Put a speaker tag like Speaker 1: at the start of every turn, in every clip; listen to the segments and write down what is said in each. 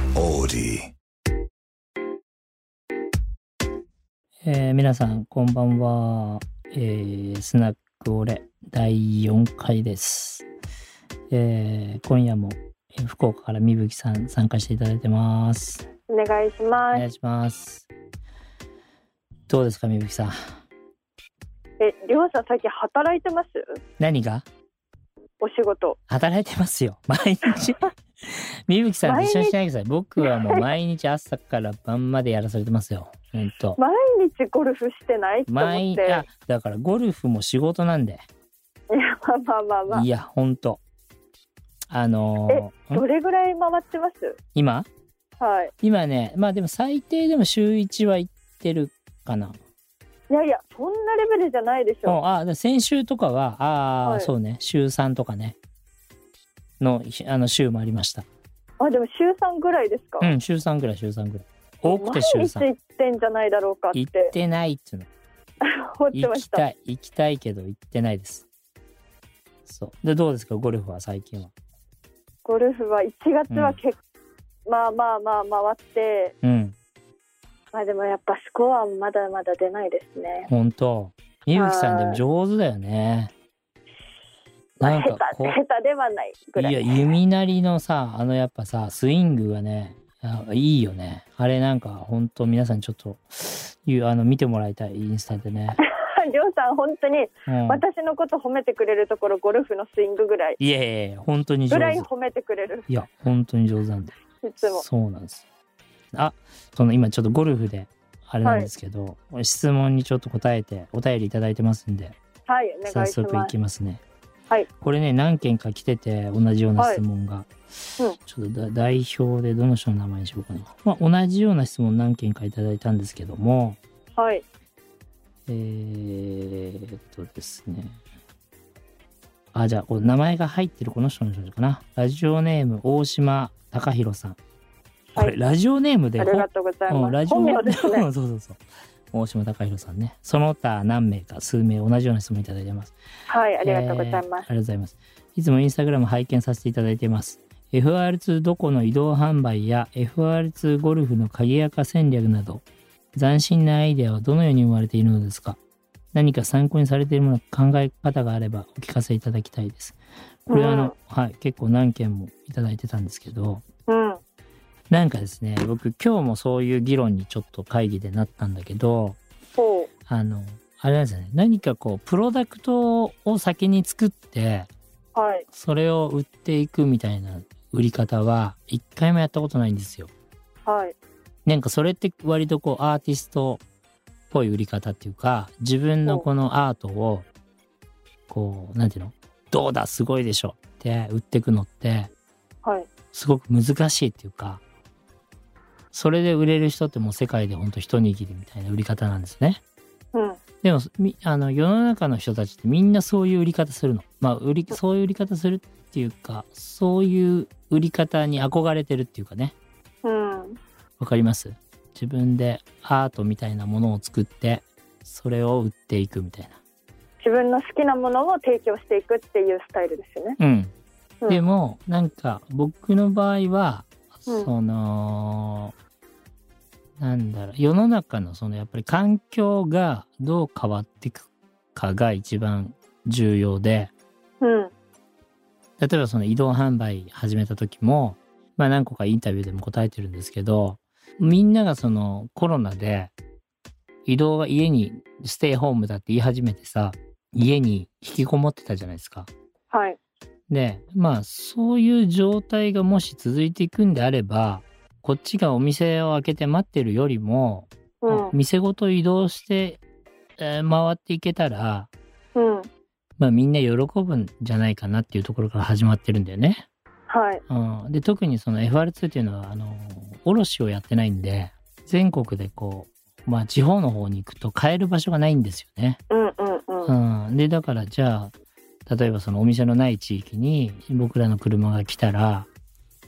Speaker 1: ー
Speaker 2: えー皆さん、こんばんは。えースナックオレ第4回です。えー今夜も、えー福岡からみぶきさん参加していただいてます。
Speaker 3: お願いし
Speaker 2: お
Speaker 3: ます。
Speaker 2: 願いします。どうですか、みぶきさん。
Speaker 3: え、りょうさん最近働いてます？
Speaker 2: 何が
Speaker 3: お仕事。
Speaker 2: 働いてますよ。 毎 日。みぶきさんと一緒にしないでください。僕はもう毎日朝から晩までやらされてますよ。ほん と。
Speaker 3: 毎日ゴルフしてないって思って。
Speaker 2: 毎
Speaker 3: い
Speaker 2: 日、
Speaker 3: や
Speaker 2: あだからゴルフも仕事なんで。
Speaker 3: まあまあまあまあ
Speaker 2: い。や、ほんと。あのーん
Speaker 3: どれぐらい回ってます？
Speaker 2: 今
Speaker 3: はい。
Speaker 2: 今ね、まあでも最低でも週1は行ってるかな。
Speaker 3: いやいや、そんなレベルじゃないでし
Speaker 2: う
Speaker 3: ょ。
Speaker 2: んあ、で先週とかは、ああ、
Speaker 3: はい
Speaker 2: そうね、週3とかね、のひあの週もありました。
Speaker 3: あ、でも週三ぐらいですか？
Speaker 2: うん、週3ぐらい、週3ぐらい。多くて週
Speaker 3: 毎日
Speaker 2: 3。
Speaker 3: 行ってんじゃないだろうかっ
Speaker 2: 行っててないっていうの。
Speaker 3: 思って
Speaker 2: 行
Speaker 3: ま
Speaker 2: き
Speaker 3: した。
Speaker 2: たい、行きたいけど行ってないです。そう。で、どうですか、ゴルフは最近は。
Speaker 3: ゴルフは1月はけ、まあまあまあ回って、
Speaker 2: うん、
Speaker 3: まあでもやっぱスコアはまだまだ出ないですね。
Speaker 2: ほんと。みゆきさんでも
Speaker 3: はい
Speaker 2: 上手だよね。な
Speaker 3: 下
Speaker 2: ん
Speaker 3: 手
Speaker 2: かこう。
Speaker 3: 下手ではないぐらい。
Speaker 2: や弓なりのさあのやっぱさスイングがねあいいよねあれなんかほんと皆さんちょっというあの見てもらいたいインスタで ね、
Speaker 3: りょうさん本当に
Speaker 2: うん、
Speaker 3: 私のこと褒めてくれるところゴルフのスイングぐらい
Speaker 2: いやいやいや本当に上
Speaker 3: ぐらい
Speaker 2: 手
Speaker 3: 褒めてくれる
Speaker 2: いや本当に上手なんで
Speaker 3: いつも
Speaker 2: そうなんですよあその今ちょっとゴルフであれなんですけど、質問にちょっと答えてお便りいただいてますんで
Speaker 3: はいお願
Speaker 2: 早
Speaker 3: いし
Speaker 2: 速い
Speaker 3: ます
Speaker 2: きますね
Speaker 3: はい
Speaker 2: これね何件か来てて同じような質問が、
Speaker 3: うん
Speaker 2: ちょっとだ代表でどの人の名前にしようかな、まあ、同じような質問何件かいただいたんですけども
Speaker 3: はい
Speaker 2: えー、っとですねあじゃあこれ名前が入ってるこの人の人かなラジオネーム大島貴弘さんこれ、
Speaker 3: はい
Speaker 2: ラジオネームで
Speaker 3: ありがとうござい
Speaker 2: うん
Speaker 3: ま
Speaker 2: ラ
Speaker 3: す
Speaker 2: ジオ
Speaker 3: 本名です ね
Speaker 2: そうそうそう大島貴弘さんねその他何名か数名同じような質問いただいてます
Speaker 3: はいありがとうございま
Speaker 2: えーあり
Speaker 3: す
Speaker 2: がとうございます。いつもインスタグラム拝見させていただいています。FR2 どこの移動販売や FR2 ゴルフの鍵アカ戦略など、斬新なアイデアはどのように生まれているのですか何か参考にされているもの考え方があればお聞かせいただきたいです。これはあの、はい、結構何件もいただいてたんですけど、
Speaker 3: うん
Speaker 2: なんかですね、僕今日もそういう議論にちょっと会議でなったんだけど、
Speaker 3: ほ
Speaker 2: あの、あれなんですよね、何かこう、プロダクトを先に作って、
Speaker 3: うはい
Speaker 2: それを売っていくみたいな売り方は一回もやったことないんですよ。
Speaker 3: はい
Speaker 2: なんかそれって割とこうアーティストっぽい売り方っていうか自分のこのアートをこうなんていうのどうだすごいでしょって売っていくのって
Speaker 3: はい
Speaker 2: すごく難しいっていうかそれで売れる人ってもう世界でほんと一握りみたいな売り方なんですね。
Speaker 3: うん
Speaker 2: でもみあの世の中の人たちってみんなそういう売り方するの。まあ売りそういう売り方するっていうかそういう売り方に憧れてるっていうかね
Speaker 3: うん
Speaker 2: わかります自分でアートみたいなものを作ってそれを売っていくみたい
Speaker 3: 自分の好きなものを提供していくっていうスタイルですよね
Speaker 2: な。うん。
Speaker 3: うん
Speaker 2: でもなんか僕の場合は、
Speaker 3: うん
Speaker 2: そのなんだろう世の中のそのやっぱり環境がどう変わっていくかが一番重要で。
Speaker 3: うん
Speaker 2: 例えばその移動販売始めた時も、まあ何個かインタビューでも答えてるんですけど、みんながそのコロナで移動が家にステイホームだって言い始めてさ、家に引きこもってたじゃないですか。
Speaker 3: はい
Speaker 2: で、まあそういう状態がもし続いていくんであれば、こっちがお店を開けて待ってるよりも、
Speaker 3: うん
Speaker 2: 店ごと移動して、えー回っていけたら、
Speaker 3: うん
Speaker 2: まあみんな喜ぶんじゃないかなっていうところから始まってるんだよね。
Speaker 3: はい
Speaker 2: うん、で特にその FR2 っていうのはあの卸をやってないんで全国でこう、まあ、地方の方に行くと買える場所がないんですよね。
Speaker 3: うんうんうん
Speaker 2: うん、でだからじゃあ例えばそのお店のない地域に僕らの車が来たら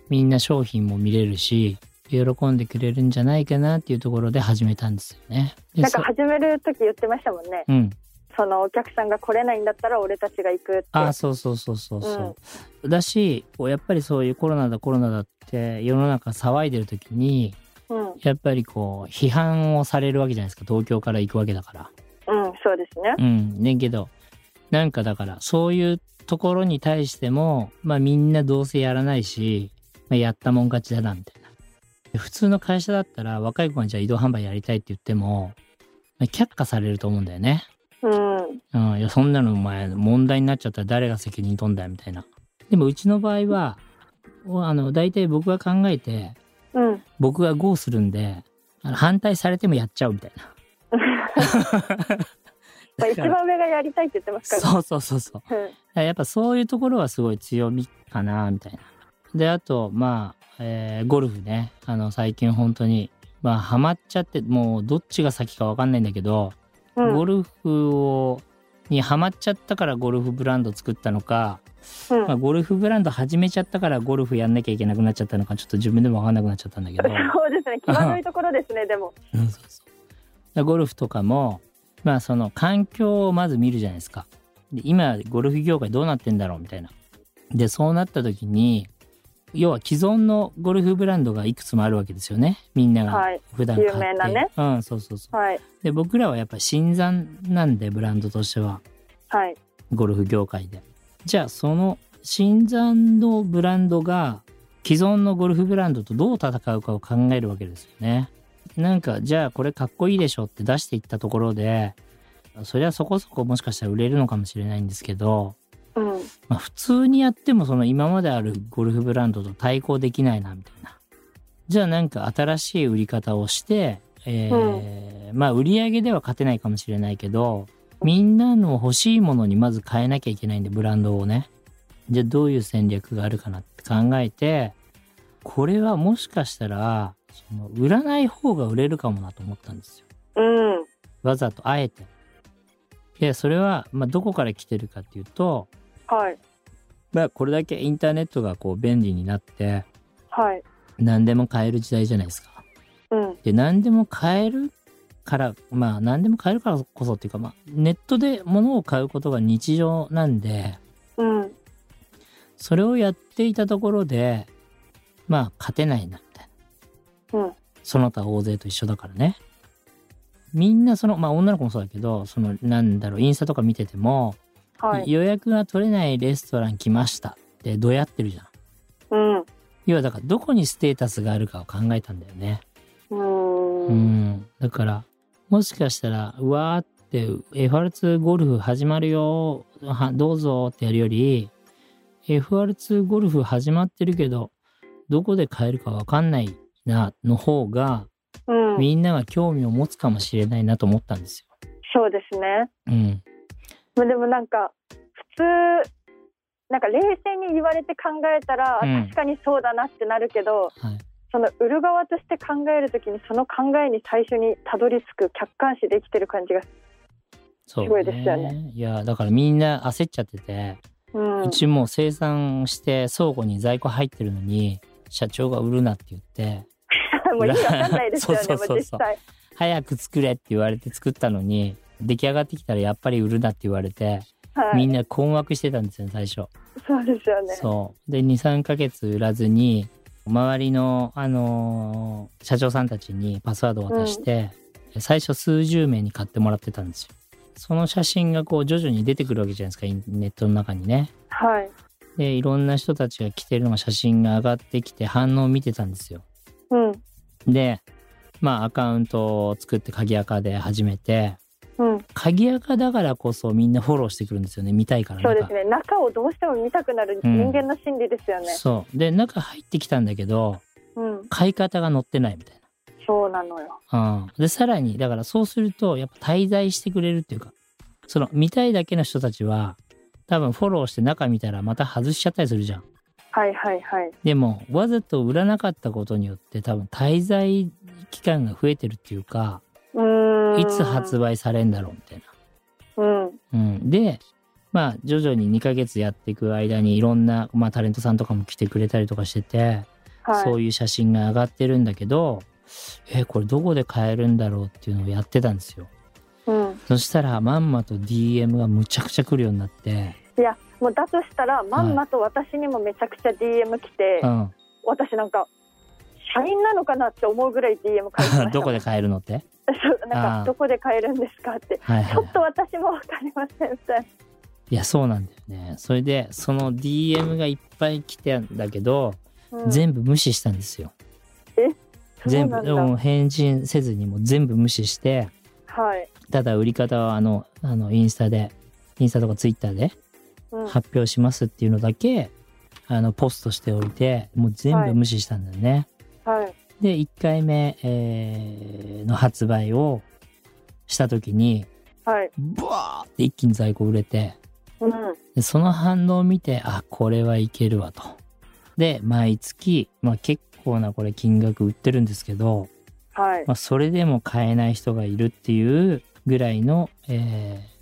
Speaker 2: みんな商品も見れるし喜んでくれるんじゃないかなっていうところで始めたんですよね。で
Speaker 3: なんか
Speaker 2: そ
Speaker 3: 始める時言ってましたもんね
Speaker 2: うん、
Speaker 3: そのお客さんが来れないんだったら俺たちが行くって
Speaker 2: あそうそうそうそうそう、だしこうやっぱりそういうコロナだコロナだって世の中騒いでる時に
Speaker 3: うん
Speaker 2: やっぱりこう批判をされるわけじゃないですか東京から行くわけだから
Speaker 3: うんそうですね
Speaker 2: うんねんけどなんかだからそういうところに対してもまあみんなどうせやらないし、まあ、やったもん勝ちだなみたいなで普通の会社だったら若い子がじゃあ移動販売やりたいって言っても、まあ却下されると思うんだよね
Speaker 3: うん
Speaker 2: うん、いやそんなのお前問題になっちゃったら誰が責任取んだよみたいな。でもうちの場合はおあの大体僕が考えて
Speaker 3: うん
Speaker 2: 僕が GO するんであの反対されてもやっちゃうみたいな。
Speaker 3: まあ、
Speaker 2: だ
Speaker 3: 一
Speaker 2: から
Speaker 3: 番上がやりたいって言ってますか
Speaker 2: そうそうそうそう。だかららやっぱそういうところはすごい強みかなみたいな。であとまあ、えーゴルフねあの最近本当にまあハマっちゃってもうどっちが先か分かんないんだけど、
Speaker 3: うんうん
Speaker 2: ゴルフをにハマっちゃったからゴルフブランド作ったのか
Speaker 3: うん
Speaker 2: まあ、ゴルフブランド始めちゃったからゴルフやんなきゃいけなくなっちゃったのかちょっと自分でも分かんなくなっちゃったんだけ ど
Speaker 3: そうですね際どいところです ねでも
Speaker 2: うんそうそうゴルフとかもまあその環境をまず見るじゃないですかで今ゴルフ業界どうなってんだろうみたいなでそうなった時に要は既存のゴルフブランドがいくつもあるわけですよねみんなが
Speaker 3: はい
Speaker 2: 普段買って、
Speaker 3: 有名なね
Speaker 2: うんそうそうそ
Speaker 3: はいう
Speaker 2: で僕らはやっぱ新参なんでブランドとしては
Speaker 3: はい
Speaker 2: ゴルフ業界で。じゃあその新参のブランドが既存のゴルフブランドとどう戦うかを考えるわけですよね。なんかじゃあこれかっこいいでしょって出していったところでそりゃそこそこもしかしたら売れるのかもしれないんですけど、
Speaker 3: うん
Speaker 2: まあ、普通にやってもその今まであるゴルフブランドと対抗できないなみたいな。じゃあなんか新しい売り方をして、えーまあ売り上げでは勝てないかもしれないけどみんなの欲しいものにまず変えなきゃいけないんでブランドをね。じゃあどういう戦略があるかなって考えてこれはもしかしたらその売らない方が売れるかもなと思ったんですよ。
Speaker 3: うん
Speaker 2: わざとあえて。でそれは、まあ、どこから来てるかっていうと
Speaker 3: はい
Speaker 2: まあこれだけインターネットがこう便利になって
Speaker 3: はい
Speaker 2: 何でも買える時代じゃないですか。
Speaker 3: うん
Speaker 2: で何でも買えるからまあ何でも買えるからこそっていうかまあネットで物を買うことが日常なんで
Speaker 3: うん
Speaker 2: それをやっていたところでまあ勝てないなみたいな
Speaker 3: うん
Speaker 2: その他大勢と一緒だからね。みんなそのまあ女の子もそうだけどそのなんだろうインスタとか見てても、
Speaker 3: はい
Speaker 2: 予約が取れないレストラン来ましたってどうやってるじゃん。
Speaker 3: うん
Speaker 2: 要はだからどこにステータスがあるかを考えたんだよね。
Speaker 3: う
Speaker 2: う
Speaker 3: ーん
Speaker 2: ん。だからもしかしたらうわーって FR2 ゴルフ始まるよはどうぞってやるより FR2 ゴルフ始まってるけどどこで買えるかわかんないなの方が
Speaker 3: うん
Speaker 2: みんなが興味を持つかもしれないなと思ったんですよ。
Speaker 3: そうですね
Speaker 2: うん。
Speaker 3: まあでもなんか普通なんか冷静に言われて考えたら、あ
Speaker 2: うん
Speaker 3: 確かにそうだなってなるけど
Speaker 2: はい。
Speaker 3: その売る側として考えるときにその考えに最初にたどり着く客観視できてる感じが
Speaker 2: そう、ね。
Speaker 3: すごいですよね
Speaker 2: いやだからみんな焦っちゃってて。
Speaker 3: うん
Speaker 2: うちもう生産して倉庫に在庫入ってるのに社長が売るなって言って
Speaker 3: もう意味わかんないですよ ね
Speaker 2: そうそうそうそう
Speaker 3: もう実際
Speaker 2: 早く作れって言われて作ったのに出来上がってきたらやっぱり売るなって言われて
Speaker 3: はい
Speaker 2: みんな困惑してたんですよね最初。
Speaker 3: そうですよね
Speaker 2: そうで23ヶ月売らずに周りの、あのー社長さんたちにパスワードを渡して、最初数十名に買ってもらってたんですよ。その写真がこう徐々に出てくるわけじゃないですかインネットの中にね。
Speaker 3: はい
Speaker 2: でいろんな人たちが着てるのが写真が上がってきて反応を見てたんですよ。
Speaker 3: うん
Speaker 2: でまあアカウントを作って鍵垢で始めて
Speaker 3: うん
Speaker 2: 鍵垢だからこそみんなフォローしてくるんですよね見たいから
Speaker 3: そうで
Speaker 2: 中
Speaker 3: すね中をどうしても見たくなる
Speaker 2: うん
Speaker 3: 人間の心理ですよね
Speaker 2: そうで中入ってきたんだけど
Speaker 3: うん、
Speaker 2: 買い方が載ってないみたい
Speaker 3: そうなのよ
Speaker 2: な。うん、でさらにだからそうするとやっぱ滞在してくれるっていうかその見たいだけの人たちは多分フォローして中見たらまた外しちゃったりするじゃん。
Speaker 3: はいはいはい
Speaker 2: でもわざと売らなかったことによって多分滞在期間が増えてるっていうか
Speaker 3: うーん
Speaker 2: いつ発売されんだろうみたいな。
Speaker 3: うん
Speaker 2: うん、でまあ徐々に2ヶ月やっていく間にいろんな、まあ、タレントさんとかも来てくれたりとかしてて、
Speaker 3: はい
Speaker 2: そういう写真が上がってるんだけどえこれどこで買えるんだろうっていうのをやってたんですよ。
Speaker 3: うん
Speaker 2: そしたらまんまと DM がむちゃくちゃ来るようになって、
Speaker 3: いやもうだとしたらまんまと私にもめちゃくちゃ DM 来て、
Speaker 2: うん、
Speaker 3: 私なんか社員なのかなって思うぐらい DM 返しました
Speaker 2: どこ で買えるのって、
Speaker 3: そうなん
Speaker 2: あー
Speaker 3: かどこで買えるんですかって
Speaker 2: はい
Speaker 3: ち
Speaker 2: は
Speaker 3: ょ
Speaker 2: い
Speaker 3: っ、と私も分かりませんみたい
Speaker 2: いやそうなんだよねそれでその DM がいっぱい来てんだけど、
Speaker 3: な、うん
Speaker 2: 全部無視したんですよ全部
Speaker 3: そうなんだ
Speaker 2: もう返信せずにもう全部無視して
Speaker 3: はい、
Speaker 2: ただ売り方はあのあのインスタでインスタとかツイッターで
Speaker 3: うん
Speaker 2: 発表しますっていうのだけあのポストしておいてもう全部無視したんだよね、
Speaker 3: はい
Speaker 2: で1回目、えーの発売をした時に
Speaker 3: はい
Speaker 2: ブワーって一気に在庫売れて
Speaker 3: うん
Speaker 2: でその反応を見てあこれはいけるわとで毎月、まあ、結構なこれ金額売ってるんですけど、
Speaker 3: はい
Speaker 2: まあ、それでも買えない人がいるっていうぐらいの、えー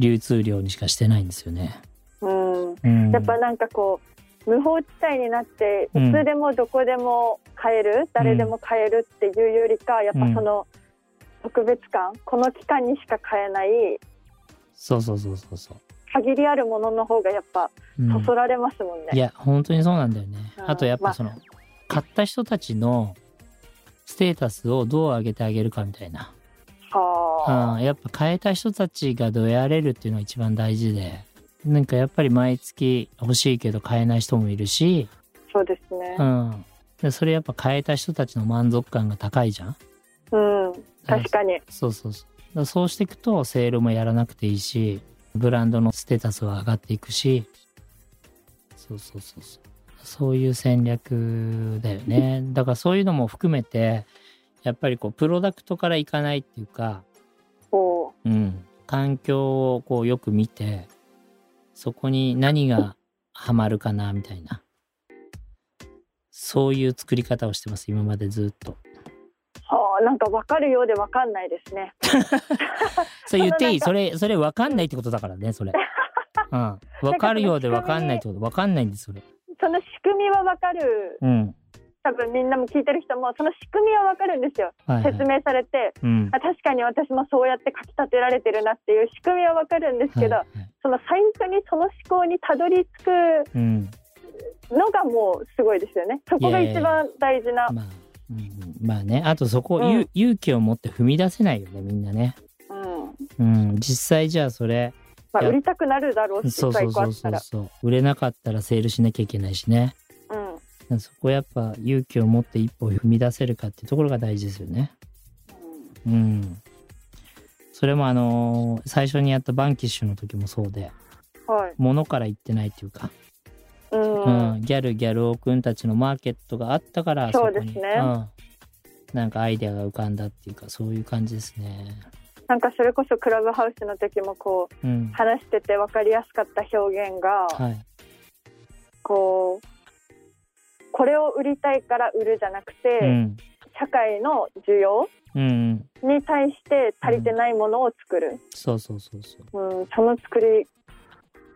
Speaker 2: 流通量にしかしてないんですよね。
Speaker 3: うん
Speaker 2: うん、
Speaker 3: やっぱなんかこう無法地帯になって
Speaker 2: うん
Speaker 3: いつでもどこでも買える、誰でも買えるっていうよりかやっぱその特別感、この期間にしか買えない
Speaker 2: そうそうそうそうそう。
Speaker 3: 限りあるものの方がやっぱ
Speaker 2: うん
Speaker 3: そそられますもんね。
Speaker 2: いや本当にそうなんだよね。
Speaker 3: うん
Speaker 2: あとやっ
Speaker 3: ま
Speaker 2: ぱ
Speaker 3: あ
Speaker 2: その、買った人たちのステータスをどう上げてあげるかみたいな、
Speaker 3: は
Speaker 2: うん、やっぱ買えた人たちがどやれるっていうのが一番大事でなんかやっぱり毎月欲しいけど買えない人もいるし、
Speaker 3: あ、そうですね
Speaker 2: う。ん、でそれやっぱ買えた人たちの満足感が高いじゃん
Speaker 3: うん、確かに。
Speaker 2: そうそうそうだからそうしていくとセールもやらなくていいしブランドのステータスは上がっていくしそうそうそうそうそういう戦略だよねだからそういうのも含めてやっぱりこうプロダクトからいかないっていうか、
Speaker 3: おう
Speaker 2: うん、環境をこうよく見てそこに何がハマるかなみたいなそういう作り方をしてます今までずっと
Speaker 3: はあ、なんかわかるようでわかんないですね。
Speaker 2: それ言っていい
Speaker 3: そ
Speaker 2: それそれ分かんないってことだからね それ、うん、分かるようで分かんないってこと分かんないんですそれ
Speaker 3: その仕組みはわかる。
Speaker 2: うん
Speaker 3: 多分みんなも聞いてる人もその仕組みはわかるんですよ。
Speaker 2: はい、はい
Speaker 3: 説、明されて、
Speaker 2: うん
Speaker 3: あ確かに私もそうやって書き立てられてるなっていう仕組みはわかるんですけど、
Speaker 2: はいはい
Speaker 3: その最初にその思考にたどり着
Speaker 2: うん
Speaker 3: くのがもうすごいですよね。そこが
Speaker 2: いやいや
Speaker 3: 一
Speaker 2: いや
Speaker 3: 番大事な。
Speaker 2: まあ、うんうん、まあねあとそこ、
Speaker 3: うん
Speaker 2: ゆ勇気を持って踏み出せないよねみんなね
Speaker 3: うん。
Speaker 2: うん実際じゃあそれ
Speaker 3: まあ
Speaker 2: いや
Speaker 3: 売りたくなるだろうし、
Speaker 2: そう
Speaker 3: 在
Speaker 2: そう
Speaker 3: 庫
Speaker 2: そ
Speaker 3: あ
Speaker 2: う
Speaker 3: った
Speaker 2: そう
Speaker 3: ら。
Speaker 2: そう売れなかったらセールしなきゃいけないしね
Speaker 3: うん。
Speaker 2: そこやっぱ勇気を持って一歩踏み出せるかってところが大事ですよねうんそれもあのー最初にやったバンキッシュの時もそうで
Speaker 3: はい。
Speaker 2: 物から言ってないっていうか、
Speaker 3: う。
Speaker 2: うんんギャルギャルオくんたちのマーケットがあったから
Speaker 3: そう
Speaker 2: こに
Speaker 3: ですね
Speaker 2: うん、なんかアイデアが浮かんだっていうかそういう感じですね
Speaker 3: なんかそれこそクラブハウスの時もこう
Speaker 2: うん
Speaker 3: 話してて分かりやすかった表現が、
Speaker 2: はい
Speaker 3: こうこれを売りたいから売るじゃなくて、
Speaker 2: うん
Speaker 3: 社会の需要
Speaker 2: うんうん
Speaker 3: に対して足りてないものを作る、
Speaker 2: そうそうそうそう
Speaker 3: うんその作り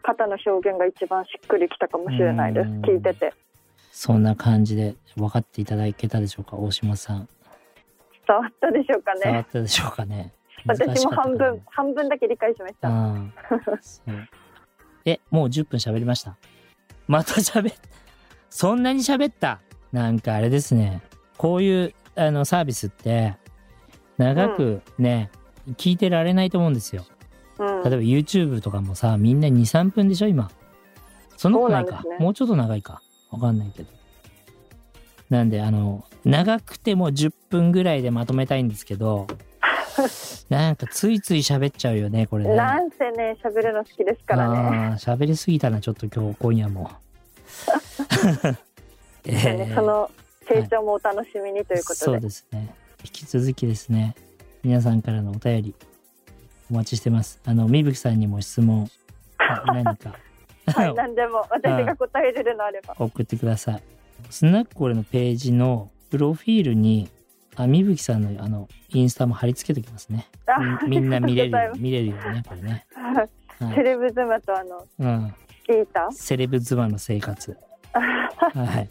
Speaker 3: 方の表現が一番しっくりきたかもしれないです、
Speaker 2: うん
Speaker 3: 聞いてて
Speaker 2: そんな感じで分かっていただけたでしょうか大島さん
Speaker 3: 伝わったでしょうか
Speaker 2: 伝わ
Speaker 3: ね
Speaker 2: ったでしょうかね難
Speaker 3: 私
Speaker 2: し
Speaker 3: も
Speaker 2: かったかな
Speaker 3: 半分半分だけ理解しました、
Speaker 2: うん。そう え、もう10分喋りました。また喋っ、そんなに喋ったなんかあれですね。こういうあのサービスって、長くね、聞いてられないと思うんですよ。
Speaker 3: うん
Speaker 2: 例えば YouTube とかもさ、みんな2、3分でしょ、今。そんなことないか。
Speaker 3: そうなんですね
Speaker 2: もうちょっと長いか。わかんないけど。なんで、あの、長くても10分ぐらいでまとめたいんですけど、 なんかついつい喋っちゃうよね、これね。
Speaker 3: なんせね喋るの好きですからね
Speaker 2: あー喋りすぎたなちょっと今日今夜 も えー
Speaker 3: その成長もお楽しみにということで、
Speaker 2: そうですね引き続きですね皆さんからのお便りお待ちしてますあのみぶきさんにも質問あ何か
Speaker 3: はい、何でも私が答えれるのあれば。
Speaker 2: 送ってくださいスナックこれのページのプロフィールにあみぶきさんのあのインスタも貼り付けておきますね
Speaker 3: あ
Speaker 2: みみんな見れるよ
Speaker 3: あ
Speaker 2: う
Speaker 3: りが と
Speaker 2: に見れるようにねこれね、は
Speaker 3: セ
Speaker 2: い
Speaker 3: レブズマとあの
Speaker 2: うん、
Speaker 3: スキータ
Speaker 2: セレブ妻の生活はい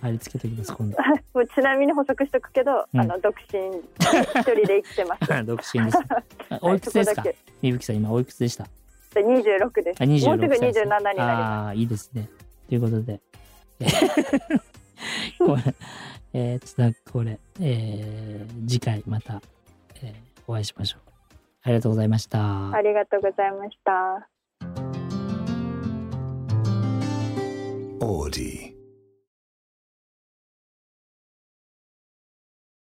Speaker 2: あれつけときます今度
Speaker 3: もうちなみに補足しとくけど、
Speaker 2: うん
Speaker 3: あの独身一人で生きてます。
Speaker 2: 独身ですあ おいくつですか
Speaker 3: はいそこだけ
Speaker 2: みぶきさん今おいくつでした
Speaker 3: で26です。
Speaker 2: あ26
Speaker 3: もうすぐ27
Speaker 2: 歳
Speaker 3: になりま
Speaker 2: ああーいいですねということで これえー、つなこれえー、次回また、えーお会いしましょうありがとうございました、
Speaker 3: す。ありがとうございました。
Speaker 1: Audi.